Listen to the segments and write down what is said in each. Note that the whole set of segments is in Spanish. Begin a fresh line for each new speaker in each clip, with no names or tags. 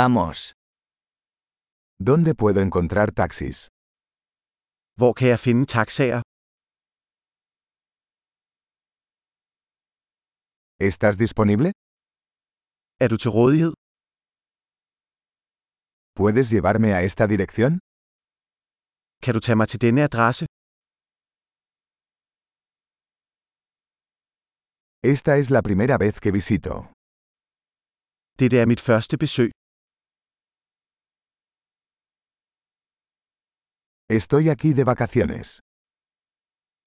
Vamos.
¿Dónde puedo encontrar taxis?
Hvor kan jeg finde taxaer?
¿Estás disponible?
Er du til rådighed?
¿Puedes llevarme a esta dirección?
Kan du tage mig til denne adresse?
Esta es la primera vez que visito.
Dette er mit første besøg.
Estoy aquí de vacaciones.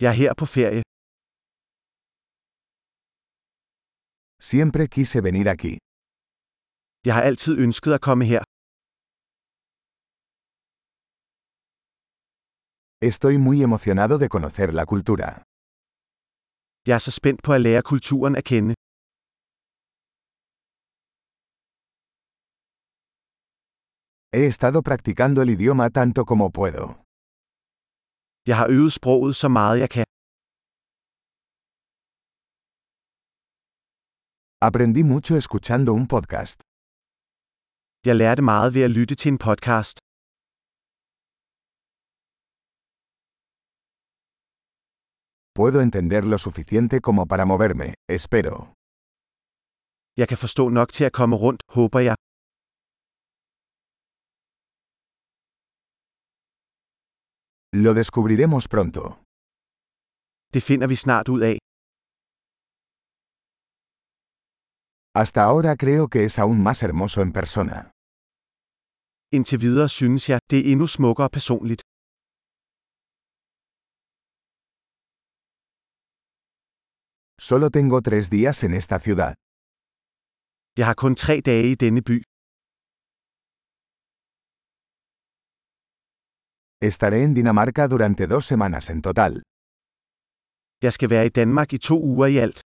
Jeg er her på ferie.
Siempre quise venir aquí.
Jeg har altid ønsket at komme her.
Estoy muy emocionado de conocer la cultura.
Jeg er så spændt på at lære kulturen at kende.
He estado practicando el idioma tanto como puedo.
Jeg har øvet sproget så meget jeg kan.
Aprendí mucho escuchando un podcast.
Jeg lærte meget ved at lytte til en podcast.
Puedo entender lo suficiente como para moverme, espero.
Jeg kan forstå nok til at komme rundt, håber jeg.
Lo descubriremos pronto.
Det finder vi snart ud af.
Hasta ahora creo que es aún más hermoso en persona.
Indtil videre synes jeg, det er endnu smukkere personligt.
Solo tengo tres días en esta ciudad.
Jeg har kun tre dage i denne by.
Estaré en Dinamarca durante dos semanas en total.
Jeg skal være i Danmark i to uger i alt.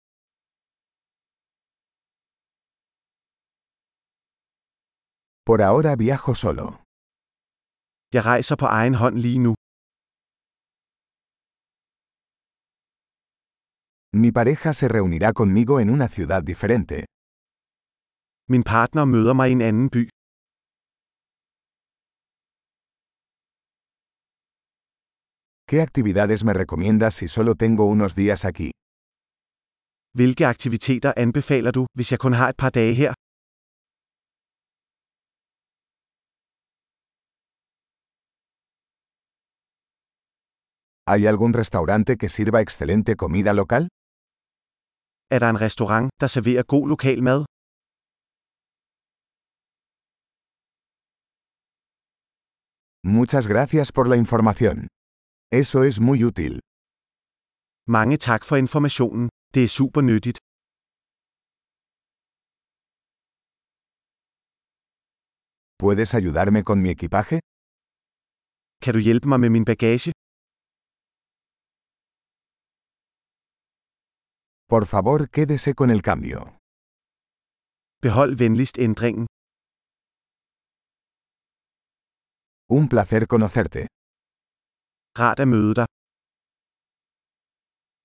Por ahora viajo solo.
Jeg rejser på egen hånd lige nu.
Mi pareja se reunirá conmigo en una ciudad diferente.
Min partner møder mig i en anden by.
¿Qué actividades me recomiendas si solo tengo unos días aquí?
Hvilke aktiviteter anbefaler du, hvis jeg kun har et par dage her?
¿Hay algún restaurante que sirva excelente comida local?
Er der en restaurant, der serverer god lokal mad?
Muchas gracias por la información. Eso es muy útil.
Mange tak for informationen. Det er super nyttigt.
¿Puedes ayudarme con mi equipaje?
Kan du hjælpe mig med min bagage?
Por favor, quédese con el cambio.
Behold venligst ændringen.
Un placer conocerte.
Rart at møde dig.